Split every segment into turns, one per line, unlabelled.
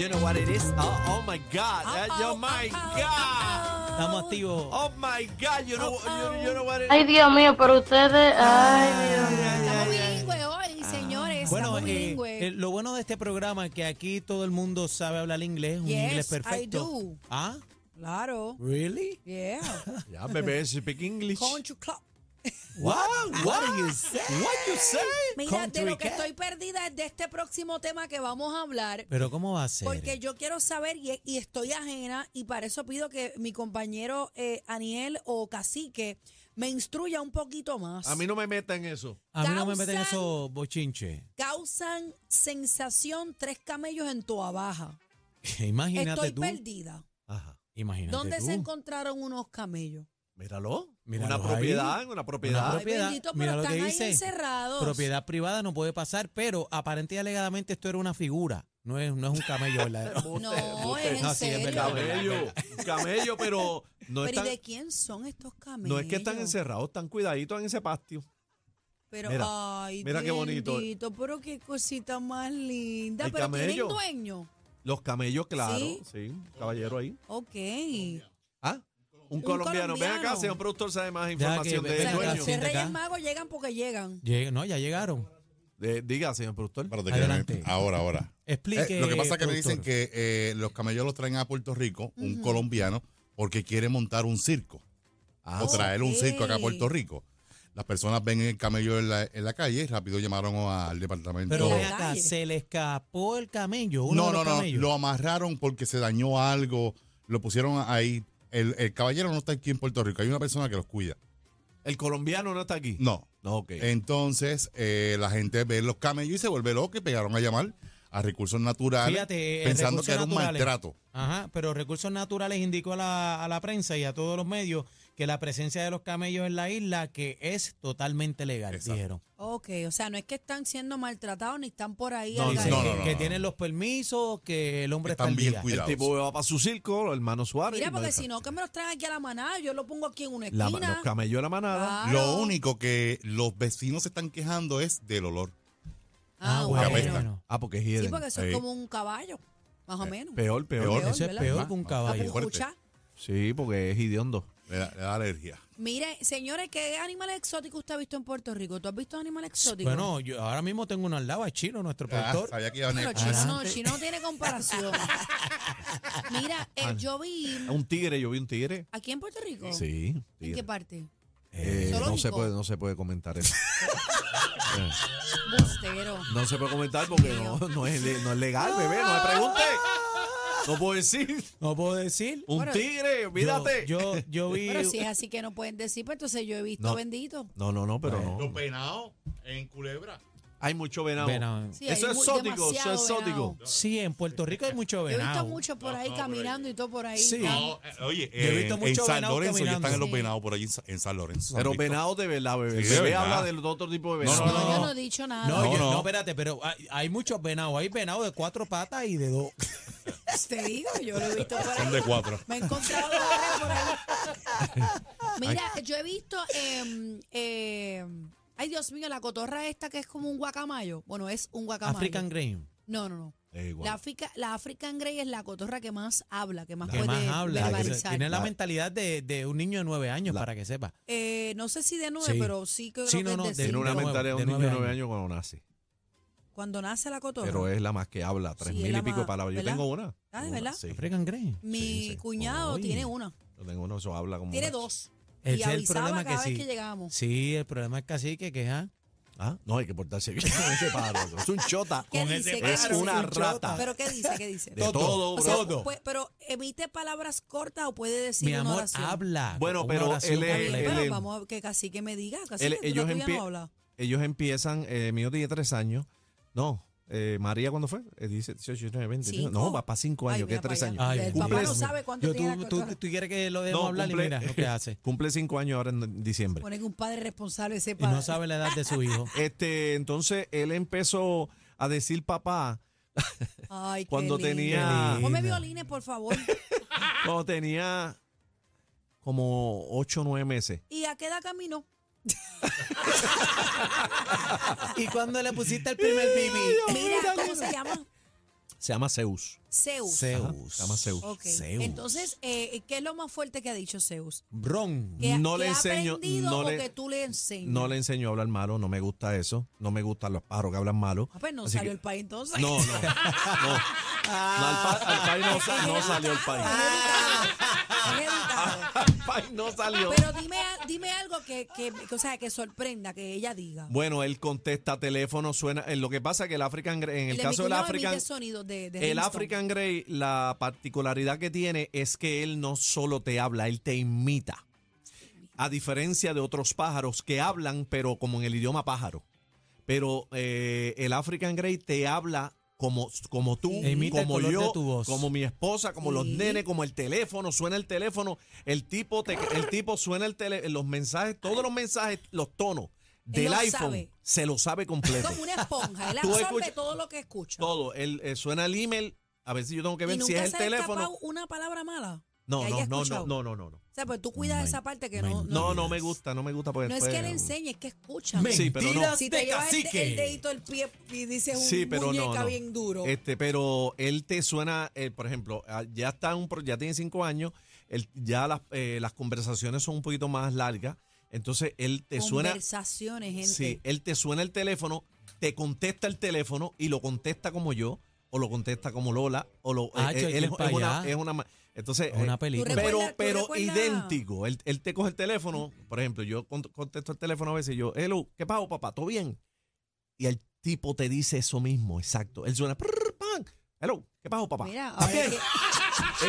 You know what it is? Oh, oh my God. Eh, yo, my God.
Estamos activos.
Oh my God. You know, you, you know what it is?
Ay, Dios mío, pero ustedes. Ay, Dios mío.
Estamos bilingües hoy, señores.
Bueno,
estamos
eh,
bilingües.
eh, lo bueno de este programa es que aquí todo el mundo sabe hablar inglés, un
Yes,
inglés
I
perfecto.
do.
¿Ah?
claro.
¿Really?
Yeah.
Yeah, baby, speak English.
Country club.
Wow, what do you say?
What you say?
Mira, de
Country
lo que
cat.
estoy perdida es de este próximo tema que vamos a hablar.
Pero ¿cómo va a ser?
Porque yo quiero saber y, y estoy ajena y para eso pido que mi compañero eh, Aniel o Cacique me instruya un poquito más.
A mí no me metan eso.
a mí no me
causan-
meten esos bochinches.
Causan sensación tres camellos en tu Baja.
Imagínate
Estoy
tú.
perdida.
Ajá.
Imagínate
¿Dónde
tú.
se encontraron unos camellos?
Míralo.
Míralos
una
ahí.
propiedad, una
Una
propiedad.
Ay,
propiedad.
bendito, pero
Mira lo
están
que
ahí
dice.
encerrados.
Propiedad privada no puede pasar, pero aparente y alegadamente esto era una figura. No es, no es un camello, ¿verdad?
No,
Embuste.
es en
No, sí, es
serio.
verdad, verdad.
Camello, camello, pero no
Pero
están,
¿y de quién son estos camellos?
no es que están encerrados, están cuidaditos en ese patio.
Pero,
Mira,
ay,
mira qué bonito.
bendito, pero qué cosita más linda.
El
pero
camello.
tienen dueño.
Los camellos, claro,
¿Sí?
sí, caballero ahí.
Ok.
¿Ah, un, colombiano. Ven acá,
colombiano.
señor productor, sabe más
que
información
me
O
de
sea, que
venga acá,
dueño.
los tres
siéntate
reyes
acá.
magos llegan porque llegan.
Lleg- no, ya llegaron.
De- diga, señor productor.
Espérate que
Adelante.
me- ahora, ahora. Eh,
Explique.
lo que pasa es que me
productor.
dicen que eh, los camellos los traen a Puerto Rico, un colombiano, porque quiere montar un circo
Ah,
o traer un
ok.
circo acá a Puerto Rico. Las personas ven el camello en la, en la calle y rápido llamaron al departamento.
Pero
la
ven acá,
calle.
se le escapó el camello. Uno
no,
de
no,
los
no,
camellos.
lo amarraron porque se dañó algo, lo pusieron ahí. El, el caballero no está aquí en Puerto Rico, hay una persona que los cuida.
el colombiano no está aquí.
No,
No, ok.
Entonces, eh, la gente ve los camellos y se vuelve loca y pegaron a llamar a recursos naturales
Fíjate, eh,
pensando
Recursos
que era un
Naturales.
maltrato.
Ajá, pero Recursos Naturales indicó a la, a la prensa y a todos los medios que la presencia de los camellos en la isla que es totalmente legal,
Exacto.
dijeron.
Ok, o sea, no es que están siendo maltratados ni están por ahí.
No,
al
Dicen
garete.
no,
que,
no, no,
que
no.
tienen los permisos, que el hombre
Están
está al
bien
día.
el
cuidados.
tipo va para su circo, los hermanos Suárez.
Mira,
y
porque
va-
si no, que me los traen aquí a la manada, yo lo pongo aquí en una
La-
esquina.
los camellos de la manada.
Claro.
Lo único que los vecinos se están quejando es del olor.
Ah,
Ah,
bueno.
bueno.
Ah, porque es
Sí,
hidden.
porque eso es
Sí.
como un caballo, más o menos.
Peor, peor,
Peor.
Eso es
¿verdad?
peor
Más-
que un
más
Ah, pues,
caballo.
fuerte.
escucha,
Sí, porque es idiondo.
Le da, le da alergia.
Mire, señores, ¿qué animales exóticos usted ha visto en Puerto Rico? ¿Tú has visto animales exóticos?
Bueno, yo ahora mismo tengo uno al lado, es chino, nuestro
Ah,
productor.
sabía que iba a
Pero
venir.
chino no, chino no tiene comparación. Mira, eh, yo vi
Un tigre, yo vi un tigre.
aquí en Puerto Rico.
Sí,
¿En qué
tigre.
parte?
Eh, no se
Zoológico.
puede, no se puede comentar eso.
Bustero.
No se puede comentar porque no, no, es, le- no es legal, bebé, no me pregunte. No puedo decir.
No puedo decir.
Un
Bueno,
tigre, olvídate.
Yo, yo, yo vi.
Pero si es así que no pueden decir, pues entonces yo he visto
No.
bendito.
No, no, no,
Ah,
pero no.
Los penados en culebra.
Hay mucho venado.
venado.
Sí,
Eso
hay
es
mu-
exótico, eso es
demasiado
exótico.
venado.
Sí, en Puerto Rico hay mucho
Yo he visto
venado.
muchos por ahí caminando y todo por ahí.
Sí.
Ah,
eh, oye,
Yo he visto
en- en
mucho
San
venado
Lorenzo, ya están en los
caminando.
venados por ahí en Sa- en San Lorenzo. ¿han
Pero
visto?
venado de verdad, bebé.
Sí, de
bebé
verdad.
habla del otro tipo de venado.
No,
No,
no,
yo
no.
no he dicho nada.
No,
No,
yo-
no.
no, espérate, pero hay, hay muchos venados. Hay venados de cuatro patas y de dos.
Te digo, yo lo he visto por
Son
ahí.
de cuatro.
Me he encontrado barras por ahí. Mira, yo he visto. em, em, ay, Dios mío, la cotorra esta que es como un guacamayo. Bueno, es un guacamayo.
African Green.
No, no, no.
Eh, guau.
La, Africa- la African Grey es la cotorra que más habla, que más
Que
puede
más habla. que se-
verbalizar.
Tiene la mentalidad de, de un niño de nueve años, para que sepa.
Eh, no sé si de nueve,
Sí.
pero sí que creo
Sí,
que
no, no,
es de
Tiene
de
cinco.
una
nueve,
mentalidad de
de
un niño de
nueve
9
años.
años cuando nace.
Cuando nace la cotorra.
Pero es la más que habla, tres
Sí, es
mil
la
y pico de
más-
palabras. Yo
¿verdad?
tengo una.
Ah, ¿de
Tengo una,
verdad?
sí.
African Green.
Mi
Sí, sí.
cuñado
Oye.
tiene una.
Yo tengo uno, eso habla como.
Tiene
una-
dos.
Ese
y
es el
avisaba
problema
cada
que
vez
sí.
que llegábamos.
Sí, el problema es que así que queja.
Ah, no, hay que portarse bien con ese paro. Es un chota.
¿Qué
Con
dice?
ese
¿Qué
es
dice?
una
Un chota.
rata.
¿Pero qué dice? ¿Qué dice?
De todo,
O sea,
bro.
pu- pero emite palabras cortas o puede decir
Mi
una
amor,
oración.
habla.
Bueno,
una
pero
oración
él es-
Está bien,
completa.
él
pero
es-
vamos a que casi que me diga, casi
Él-
que tú
ellos
todavía
empie-
no habla.
Ellos empiezan, eh, mi hijo tiene tres años. No, eh, María, ¿cuándo fue? Eh, dice 18, 19, 20.
Cinco.
No, va para cinco
Ay,
años, que
mira
es tres
para
años.
allá.
Ay,
El
Dios.
papá no sabe cuánto
Yo,
tiene
tú,
la
tú,
cotorra.
tú quieres que lo dejemos hablar y mira lo que hace.
cumple cinco años ahora en diciembre.
Ponen un padre responsable ese
Y
padre.
no sabe la edad de su hijo.
Este, entonces él empezó a decir papá
Ay, qué
cuando
lindo.
tenía,
Ponme violines, por favor.
cuando tenía como ocho o nueve meses.
¿Y a qué edad caminó?
y cuando le pusiste el primer bibi.
Mira, ¿cómo se llama?
Se llama Zeus.
Zeus.
Ajá, se llama Zeus.
Ok.
Zeus.
Entonces, eh, ¿qué es lo más fuerte que ha dicho Zeus?
Bron.
¿Qué,
No
qué
le
ha
enseño-
aprendido
no
o
le-
que tú le enseñas?
No le enseño a hablar malo, no me gusta eso. No me gustan los pájaros que hablan malo.
Ah, pues no
Así
salió
que-
el país entonces.
No, no. no. No, al, pa- al país no, sa- no salió el país.
Bien educado.
Al país no salió.
Ah. Pero dime, dime algo que, que, que, o sea, que sorprenda, que ella diga.
Bueno, él contesta teléfono, suena. eh, Lo que pasa es que el African Grey, en el
Le
caso del
Mickey Mouse
African,
emite sonidos de, de
el
ringtone.
African Grey, la particularidad que tiene es que él no solo te habla, él te imita. A diferencia de otros pájaros que hablan, pero como en el idioma pájaro. Pero eh, el African Grey te habla como, como tú,
Sí.
E Imita el
como
color
yo,
de tu voz.
como mi esposa, como los
Sí.
nenes, como el teléfono, suena el teléfono, el tipo, te- el tipo suena el tele, los mensajes, todos los mensajes, los tonos del
lo
iPhone,
sabe.
se lo sabe
Es
completo.
como una esponja. Él
Tú
absorbe
escuchas-
todo lo que escucha.
Todo, él, eh, suena el email, a ver si yo tengo que
y
ver
nunca
si es el
se ha
teléfono.
escapado una palabra mala.
No,
que
no,
haya
no, no,
escuchado.
no, no, no, no.
O sea, pues tú cuidas
My-
esa parte que
my-
no.
No, no me
Mentiras.
gusta, no me gusta pues, eh, porque
No es que
después-
le enseñe, es que escucha.
Sí, pero no.
Mentiras
Si
de
te llevas el,
cacique.
el dedito del pie y dices un
Sí, pero no,
muñeca
no.
bien duro.
Este, pero él te suena, eh, por ejemplo, ah, ya está un, pro- ya tiene cinco años, él- ya las, eh, las conversaciones son un poquito más largas, entonces él te suena,
Conversaciones, gente.
sí, él te suena el teléfono, te contesta el teléfono y lo contesta como yo o lo contesta como Lola o lo,
Ah,
eh, él
yo quiero
es,
ir
es
pa'
una,
allá.
es una ma- entonces
Es una
eh,
película.
pero
recuerdas- tú
pero
recuerdas-
idéntico. Él, él te coge el teléfono, por ejemplo, yo cont- contesto el teléfono a veces y yo, hello, ¿qué pago, papá? ¿Todo bien? Y el tipo te dice eso mismo, exacto. Él suena, prrr, pan, hello, ¿qué pago, papá?
Mira,
¿Está
ahora,
bien?
que-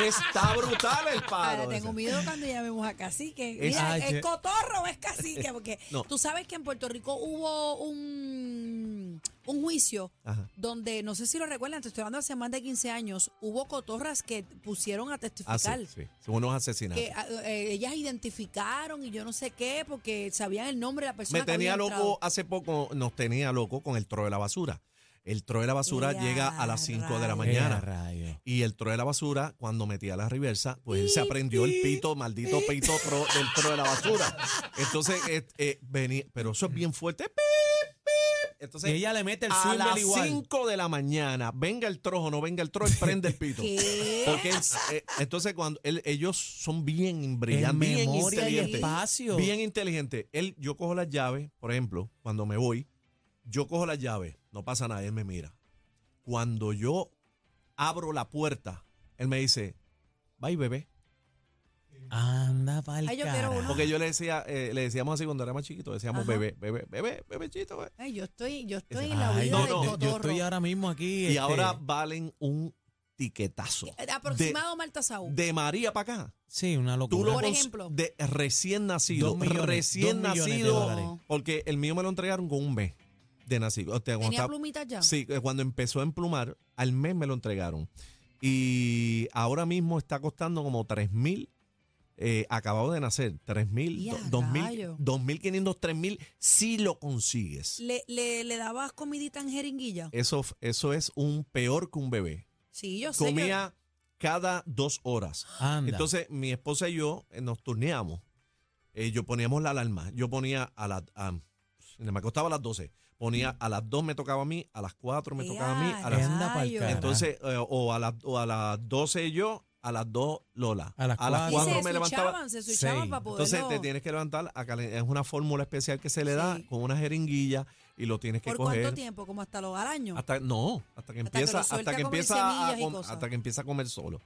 Está brutal el
ahora
paro.
tengo
ese.
miedo cuando llamemos a cacique.
Es-
Mira,
Ay,
¿es
que-
cotorro o es cacique? Porque
No.
tú sabes que en Puerto Rico hubo un, un juicio
Ajá.
donde, no sé si lo recuerdan, te estoy hablando hace más de 15 años, hubo cotorras que pusieron a testificar.
Ah, sí, sí. Son unos asesinatos.
que ah, eh, ellas identificaron y yo no sé qué porque sabían el nombre de la persona
Me
que
tenía
había
loco, Ah,
entrado.
hace poco nos tenía loco con el tro de la basura. El tro de la basura
Ea,
llega a las 5 de la
rayos.
mañana.
Eh, rayo.
Y el tro de la basura, cuando metía la reversa, pues él se aprendió el pito, maldito pito tro- del tro de la basura. Entonces, eh, eh, venía, pero eso es bien fuerte. Pip, pip. Entonces,
Y ella le mete el
a
swing
las
igual.
5 de la mañana, venga el trojo, no venga el tro, él prende el pito.
¿Qué?
Porque él- eh, entonces, cuando él- ellos son bien
En
brillantes, bien
memoria y
inteligentes.
espacio.
Bien inteligente. Él, yo cojo las llaves, por ejemplo, cuando me voy, yo cojo las llaves, no pasa nada, él me mira. Cuando yo abro la puerta, él me dice, bye bebé.
Anda pa'l
Ay, yo quiero
cara.
uno.
Porque yo le decía, eh, le decíamos así cuando éramos chiquitos, decíamos
Ajá.
bebé, bebé, bebé, bebechito. bebé".
Ay, yo estoy, yo estoy
Ay,
en la vida
no,
del
no, yo
cotorro.
yo estoy ahora mismo aquí.
Y
este,
ahora valen un tiquetazo.
Eh, Aproximado Marta Saúl.
De María para acá.
Sí, una
Tú
locura.
lo
Por
cons-
ejemplo.
de recién nacido,
Dos millones,
recién
dos millones de
nacido,
dólares.
porque el mío me lo entregaron con un mes de nacido. O sea, cuando
Tenía
estaba-
plumitas ya.
Sí, eh, cuando empezó a emplumar, al mes me lo entregaron. Y ahora mismo está costando como 3 mil, eh, acabado de nacer, 3 mil,
Ya,
2 mil,
rayo.
2.500, 3 mil, si lo consigues.
Le, le, le dabas comidita en jeringuilla.
Eso, f- eso es un peor que un bebé.
Sí, yo sé. yo-
Comía cada dos horas.
Anda.
Entonces, mi esposa y yo eh, nos turneamos. Eh, yo poníamos la alarma. Yo ponía a las. a- me acostaba a las 12.
Mm.
Ponía a las 2 me tocaba a mí, a las 4 me tocaba a mí, a las
Anda pa'l
Rayo.
cara.
Entonces, eh, o, a las o a las 12 yo, a las 2 Lola.
A las
Y
cuatro
se
me levantaba.
switchaban, se switchaban
Seis.
para poderlo.
Entonces te tienes que levantar, a calen- es una fórmula especial que se le da
Sí.
con una jeringuilla y lo tienes que
¿Por
coger.
cuánto tiempo? Como hasta los al año.
Hasta, no, hasta que
Hasta que lo
empieza,
suelta
hasta que
a comer
empieza a,
semillas y
com-
cosas.
hasta que empieza a comer solo.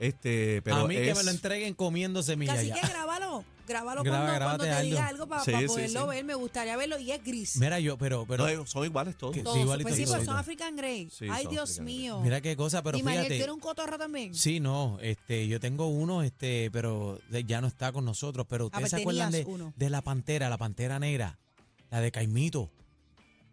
Este, pero
a mí que
es-
me lo entreguen comiendo semillas
Casi
ya.
que grábalo. Grábalo
Graba-
cuando,
grábate
cuando te diga
algo.
algo para
Sí, sí,
poderlo
sí.
ver. Me gustaría verlo. Y es gris.
Mira yo, pero, pero
no, son iguales todos.
Que-
Todos.
Sí, igualito,
pues sí, pero
igualito.
son African Grey.
Sí,
Ay,
son
Dios
African Grey.
mío.
mira qué cosa, pero
y Mariel
fíjate.
tiene un cotorro también.
Sí, no, este, yo tengo uno, este, pero de- ya no está con nosotros. Pero ustedes
pues
se acuerdan de,
tenías uno.
de la pantera, la pantera negra, la de Caimito.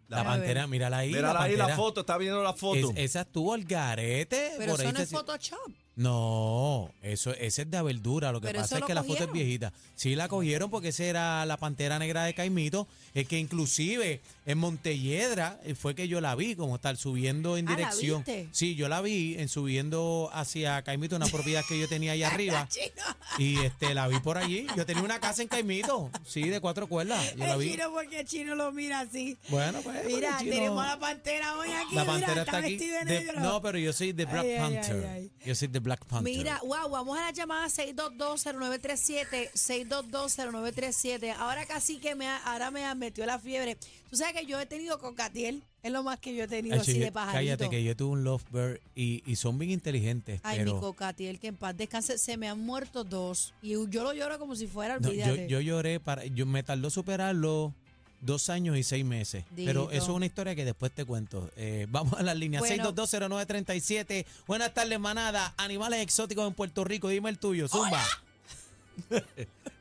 La,
La-
pantera, mírala ahí.
Mira ahí la
pantera.
foto, está viendo la foto.
Es- esa estuvo al garete.
Pero
por ahí
eso no
se-
es Photoshop.
No, eso, ese es de verdura. Lo que
Pero eso
pasa es
lo
que la foto es
cogieron.
viejita. Sí, la cogieron porque esa era la pantera negra de Caimito. Es que inclusive en Montelledra eh, fue que yo la vi como tal subiendo en
Ah, ¿la
dirección.
viste?
Sí, yo la vi en subiendo hacia Caimito, una propiedad que yo tenía ahí
Ah,
arriba.
Chino,
Y este la vi por allí. Yo tenía una casa en Caimito, sí, de cuatro cuerdas. Yo la
el
vi.
chino porque el chino lo mira así.
Bueno, pues. eh, pero
Mira,
el chino-
tenemos a la pantera hoy aquí.
La
mira,
pantera está aquí.
vestido de
De-
negro.
no, pero yo soy de Black
Ay, ay, ay,
Panther.
ay.
Yo soy de Black Panther.
Mira, wow, vamos a la llamada 622-0937, 622-0937. Ahora casi que me, ha- ahora me ha metido la fiebre. Tú sabes que yo he tenido cocatiel, es lo más que yo he tenido
Ay,
así
sí, eh,
de pajarito.
Cállate que yo tuve un lovebird y, y son bien inteligentes,
Ay, mi
pero
cocatiel, que en paz descanse, se me han muerto dos. Y yo lo lloro como si fuera,
no, yo,
olvídate.
yo lloré para, yo me tardó superarlo dos años y seis meses. Pero
Dito.
eso es una historia que después te cuento. Eh, vamos a las líneas
Bueno.
6220937. Buenas tardes, manada. Animales exóticos en Puerto Rico. Dime el tuyo, Zumba.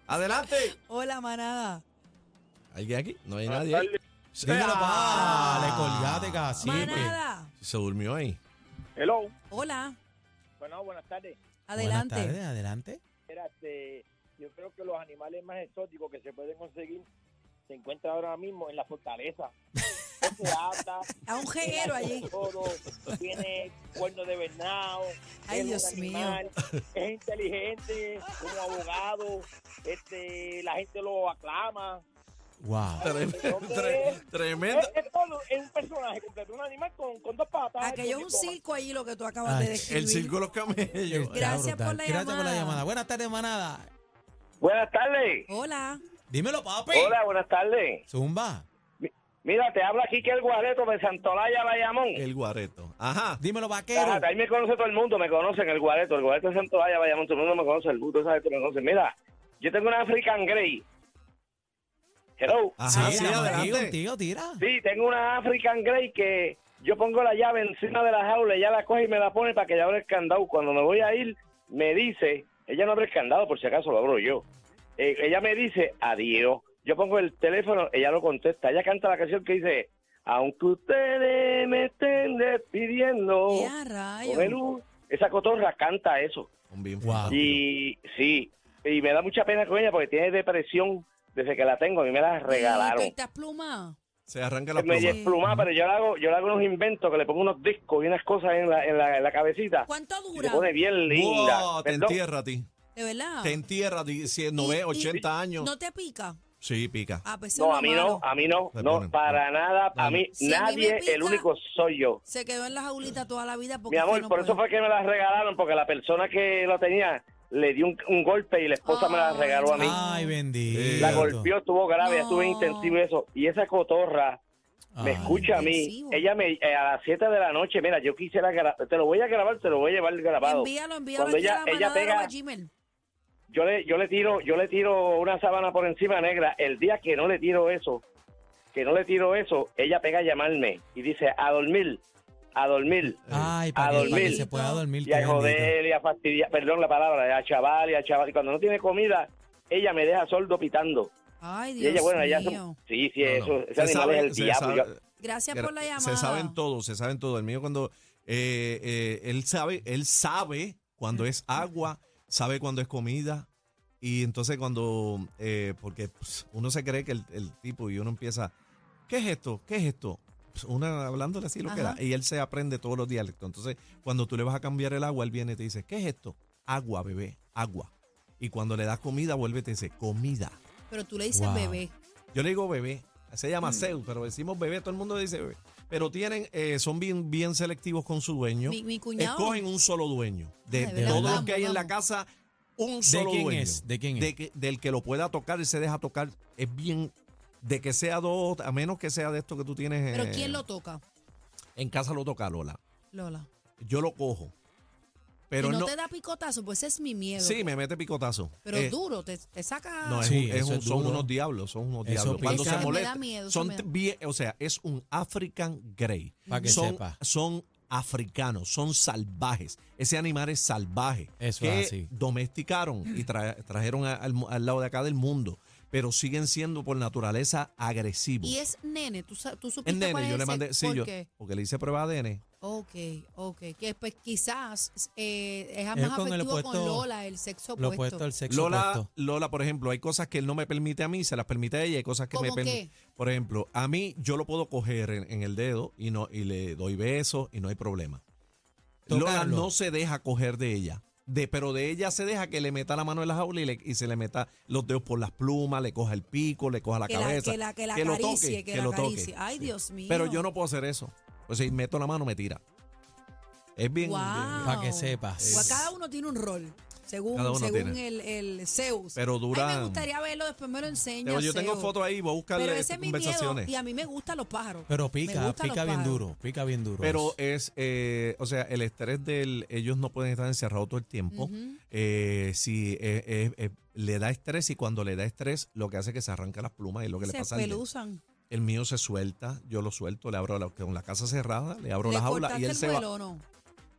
Adelante.
Hola, manada.
¿Alguien aquí? No hay
Buenas
nadie. ahí. Ah.
tardes.
Dímelo, pa. Le colgaste, pues. cacique.
manada.
Se durmió ahí.
Hello.
Hola,
Bueno, buenas tardes.
adelante.
Buenas tardes, adelante.
Mira, este, yo creo que los animales más exóticos que se pueden conseguir se encuentran ahora mismo en la fortaleza. Este ata,
A un jeguero allí.
todo, tiene cuernos de venado.
Ay,
es un
Dios mío.
animal, Es inteligente, como abogado. Este, la gente lo aclama.
Wow.
Creo que es-
Tremendo.
Es, es todo, es un personaje completo, un animal con, con dos patas.
Aquello es Ah, un
sí.
circo allí lo que tú acabas
Ay,
de describir.
El circo de los camellos.
Está
Gracias por
brutal.
la
Gracias por la
llamada.
llamada. Buenas tardes, manada.
Buenas tardes.
Hola.
Dímelo, papi.
Pues.
buenas tardes.
Zumba.
Mira, te habla aquí que el guarreto de Santolaya Bayamón.
El guareto. Ajá.
Dímelo, vaquero.
Ah, ahí me conoce todo el mundo, me conocen el guareto, el guareto de Santolaya Bayamón, todo el mundo me conoce, el puto sabe, tú me conoces. Mira, yo tengo una African Grey. Hello.
Ajá, sí,
estamos aquí
adelante.
contigo, tira.
Sí, tengo una African Grey que yo pongo la llave encima de la jaula, ella la coge y me la pone para que ella abra el candado. Cuando me voy a ir, me dice, ella no abre el candado, por si acaso lo abro yo. Eh, ella me dice, adiós. Yo pongo el teléfono, ella lo contesta. Ella canta la canción que dice, aunque ustedes me estén despidiendo
Ya, rayos.
con el u-". Esa cotorra canta eso.
Son bien
Wow.
fantásticos.
Y sí, y me da mucha pena con ella porque tiene depresión desde que la tengo. A mí me la regalaron.
¿Y estás pluma?
Se arranca la
Me
pluma.
desplumaba, pero yo le hago, yo le hago unos inventos que le pongo unos discos y unas cosas en la, en la, en la cabecita.
¿Cuánto
Y se
dura?
pone bien linda.
Wow, te
Perdón. Ah.
entierra a ti.
De verdad.
Te entierra a ti. cien- nove-
¿Y- y-
80 años.
¿No te pica?
Sí, pica.
Ah, pues eso
No,
es lo
a mí no,
malo.
a mí no,
Le
no,
ponen,
para nada, a mí
Si a mí me
nadie, el
pica-
único soy yo.
Se quedó en la jaulita toda la vida porque
Mi
es que
amor,
no
por eso
puede.
fue que me las regalaron, porque la persona que lo tenía le dio un, un golpe y la esposa me la
Ay,
regaló a mí.
Ay, bendito.
Sí.
La golpeó, estuvo grave,
No.
estuve intensivo y eso. Y esa cotorra me
Ay,
escucha a mí.
intensivo.
Ella me, eh, a las 7 de la noche, mira, yo quisiera grabar, te lo voy a grabar, te lo voy a llevar grabado.
Envíalo, envíalo
Cuando
aquí
ella-
a la
ella
manada
pega-
arroba Gmail.
yo le, yo le tiro, yo le tiro una sábana por encima negra. El día que no le tiro eso, que no le tiro eso, ella pega a llamarme y dice a dormir, a dormir.
Eh, Ay, para, que-
A
para que
dormir.
se pueda dormir.
Y a
qué bendito.
joder, y a fastidiar, perdón la palabra, a chaval, y a chaval. Y cuando no tiene comida, ella me deja sordo pitando.
Ay,
y
Dios
ella, bueno, ella
mío.
se- sí, sí,
No, no.
eso, ese
Se
animal
sabe-
es el
se
diablo.
sabe-
Gracias por la
Gra-
llamada.
eh, Se saben todo, se saben todo. El mío cuando eh, eh, él sabe, él sabe cuando es agua, sabe cuando es comida. Y entonces cuando, eh, porque pues, uno se cree que el, el tipo y uno empieza, ¿qué es esto? ¿Qué es esto? Pues, uno hablándole así lo que da.
Ajá.
Y él se aprende todos los dialectos. Entonces, cuando tú le vas a cambiar el agua, él viene y te dice, ¿qué es esto? Agua, bebé, agua. Y cuando le das comida, vuelve y te dice, comida.
Pero tú le dices
Wow.
bebé.
Yo le digo bebé, se llama
Mm.
Zeus, pero decimos bebé, todo el mundo dice bebé. Pero tienen, eh, son bien, bien selectivos con su dueño.
Mi, mi cuñado.
Escogen un solo dueño. De,
Ah, de
de
verdad.
todos los
Vamos,
que hay en la
vamos.
casa, un
¿De
solo
quién
dueño.
es? ¿De quién es?
De que- del que lo pueda tocar y se deja tocar. Es bien, de que sea dos, a menos que sea de esto que tú tienes.
Pero
eh,
¿quién lo toca?
En casa lo toca Lola.
Lola.
Yo lo cojo. Pero
y no,
no.
te da picotazo, pues ese es mi miedo.
Sí, me mete picotazo.
Pero
Eh,
duro, te, te saca.
No, es
Sí,
un- es
eso
un-
es
son
duro.
unos diablos, son unos
Eso
diablos.
pica.
Cuando
Eso
se
me da
molesta,
miedo, eso
son
me da-
bien- o sea, es un African Grey.
Pa' que
son,
sepa.
son africanos, son salvajes. Ese animal es salvaje.
Eso
que
es así.
domesticaron y tra- trajeron a- al, mu- al lado de acá del mundo, pero siguen siendo por naturaleza agresivos.
Y es nene, tú, sa- tú supiste
el
cuál
nene, yo
es
le
ese?
mandé, sí,
¿Por
yo,
qué?
porque le hice prueba de ADN.
Ok, ok. Que pues quizás eh, es más
Es con el
afectivo
opuesto-
con Lola, el sexo
Lo he
opuesto.
puesto al sexo
Lola,
opuesto.
Lola, por ejemplo, hay cosas que él no me permite a mí, se las permite a ella, hay cosas que me
¿Cómo
permite.
qué?
Por ejemplo, a mí yo lo puedo coger en, en el dedo y no y le doy besos y no hay problema. Lola
Tocarlo.
no se deja coger de ella. de, pero de ella se deja que le meta la mano en la jaula y, le- y se le meta los dedos por las plumas, le coja el pico, le coja la
que,
cabeza.
la, que la, que la
lo
acaricie,
toque,
que,
que
la
lo
acaricie.
toque.
Ay,
Sí.
Dios mío.
Pero yo no puedo hacer eso. O sea, si meto la mano, me tira. Es bien.
Wow.
bien-
Para que sepas.
Guau, Pues, cada uno tiene un rol, según,
Cada uno
según
tiene.
el, el Zeus.
Pero
Ay,
duran-
me gustaría verlo, después me lo enseña.
Yo tengo
Zeus.
fotos ahí, voy a buscarle
Pero ese es mi miedo
conversaciones.
y a mí me gustan los pájaros.
Pero
Me
pica,
gustan
pica
los
bien
pájaros.
duro, pica bien duro.
Pero es, eh, o sea, el estrés del, ellos no pueden estar encerrados todo el tiempo. Eh, si eh, eh, eh, le da estrés y cuando le da estrés, lo que hace es que se arranca las plumas y lo que le
Se
pasa al dedo.
pelusan.
El mío se suelta, yo lo suelto, le abro la, con la casa cerrada, le abro
¿Le
la jaula y
cortaste
él
el
se
vuelo
va.
o no?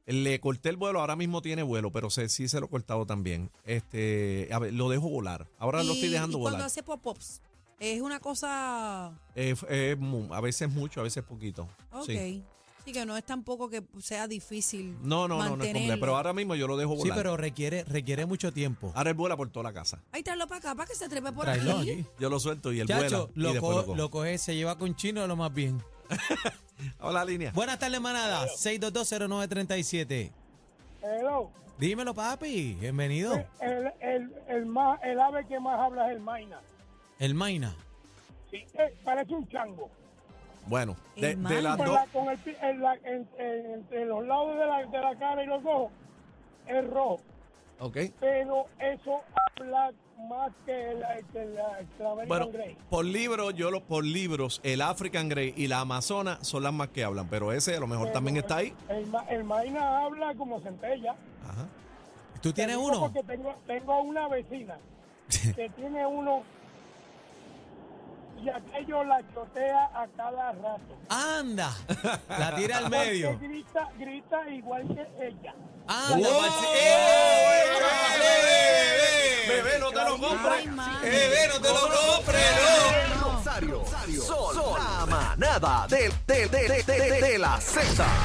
Le corté el vuelo, ahora mismo tiene vuelo, pero se- sí se lo he cortado también. Este, a ver, lo dejo volar. Ahora lo estoy
Y-
dejando
y cuando
volar.
hace pop-ups, es una cosa...
Eh, f- eh, mu- a veces mucho, a veces poquito.
Ok.
Sí.
Sí. que no es tampoco que sea difícil
No, no, no, no es
mantenerlo.
complejo, Pero ahora mismo yo lo dejo
sí,
volar.
pero requiere, requiere mucho tiempo.
Ahora él vuela por toda la casa.
Ay, tráelo para acá, para que se trepe Ah, por
Tráelo
aquí.
aquí.
Yo lo suelto y él
Chacho,
vuela. y
lo,
después
co-
lo cojo.
lo coge, se lleva con chino lo más bien.
Vamos a la línea.
Buenas tardes, manada. 6220937.
Hello.
Dímelo, papi. Bienvenido.
eh, El, el, el, más, el ave que más habla es el maina.
El Maina.
Sí. Eh, parece un chango.
Bueno, de,
Hermano.
de las
Con
dos.
la- con el pi- en la- en- en- entre los lados de la, de la cara y los ojos es rojo.
Ok.
Pero eso habla más que la, que la, que la American
Bueno,
Grey.
por libros, yo lo, por libros, el African Grey y la Amazona son las más que hablan, pero ese a lo mejor también está ahí.
El, ma- el maina habla como centella.
Ajá.
¿Tú tienes
Te digo
uno?
Porque tengo, tengo una vecina que tiene uno y aquello la chotea a cada rato.
Anda. La tira al
Porque
medio.
Grita, grita igual que ella.
Anda,
¡Wow!
parce-
¡Oh! ¡Eh,
¡Eh!
bebé, bebé! Bebé, no te lo
Ay,
compres.
mano.
Bebé, no te lo compres, no.
El Rosario. Sol, la manada del- del- del- del- del- de la Z.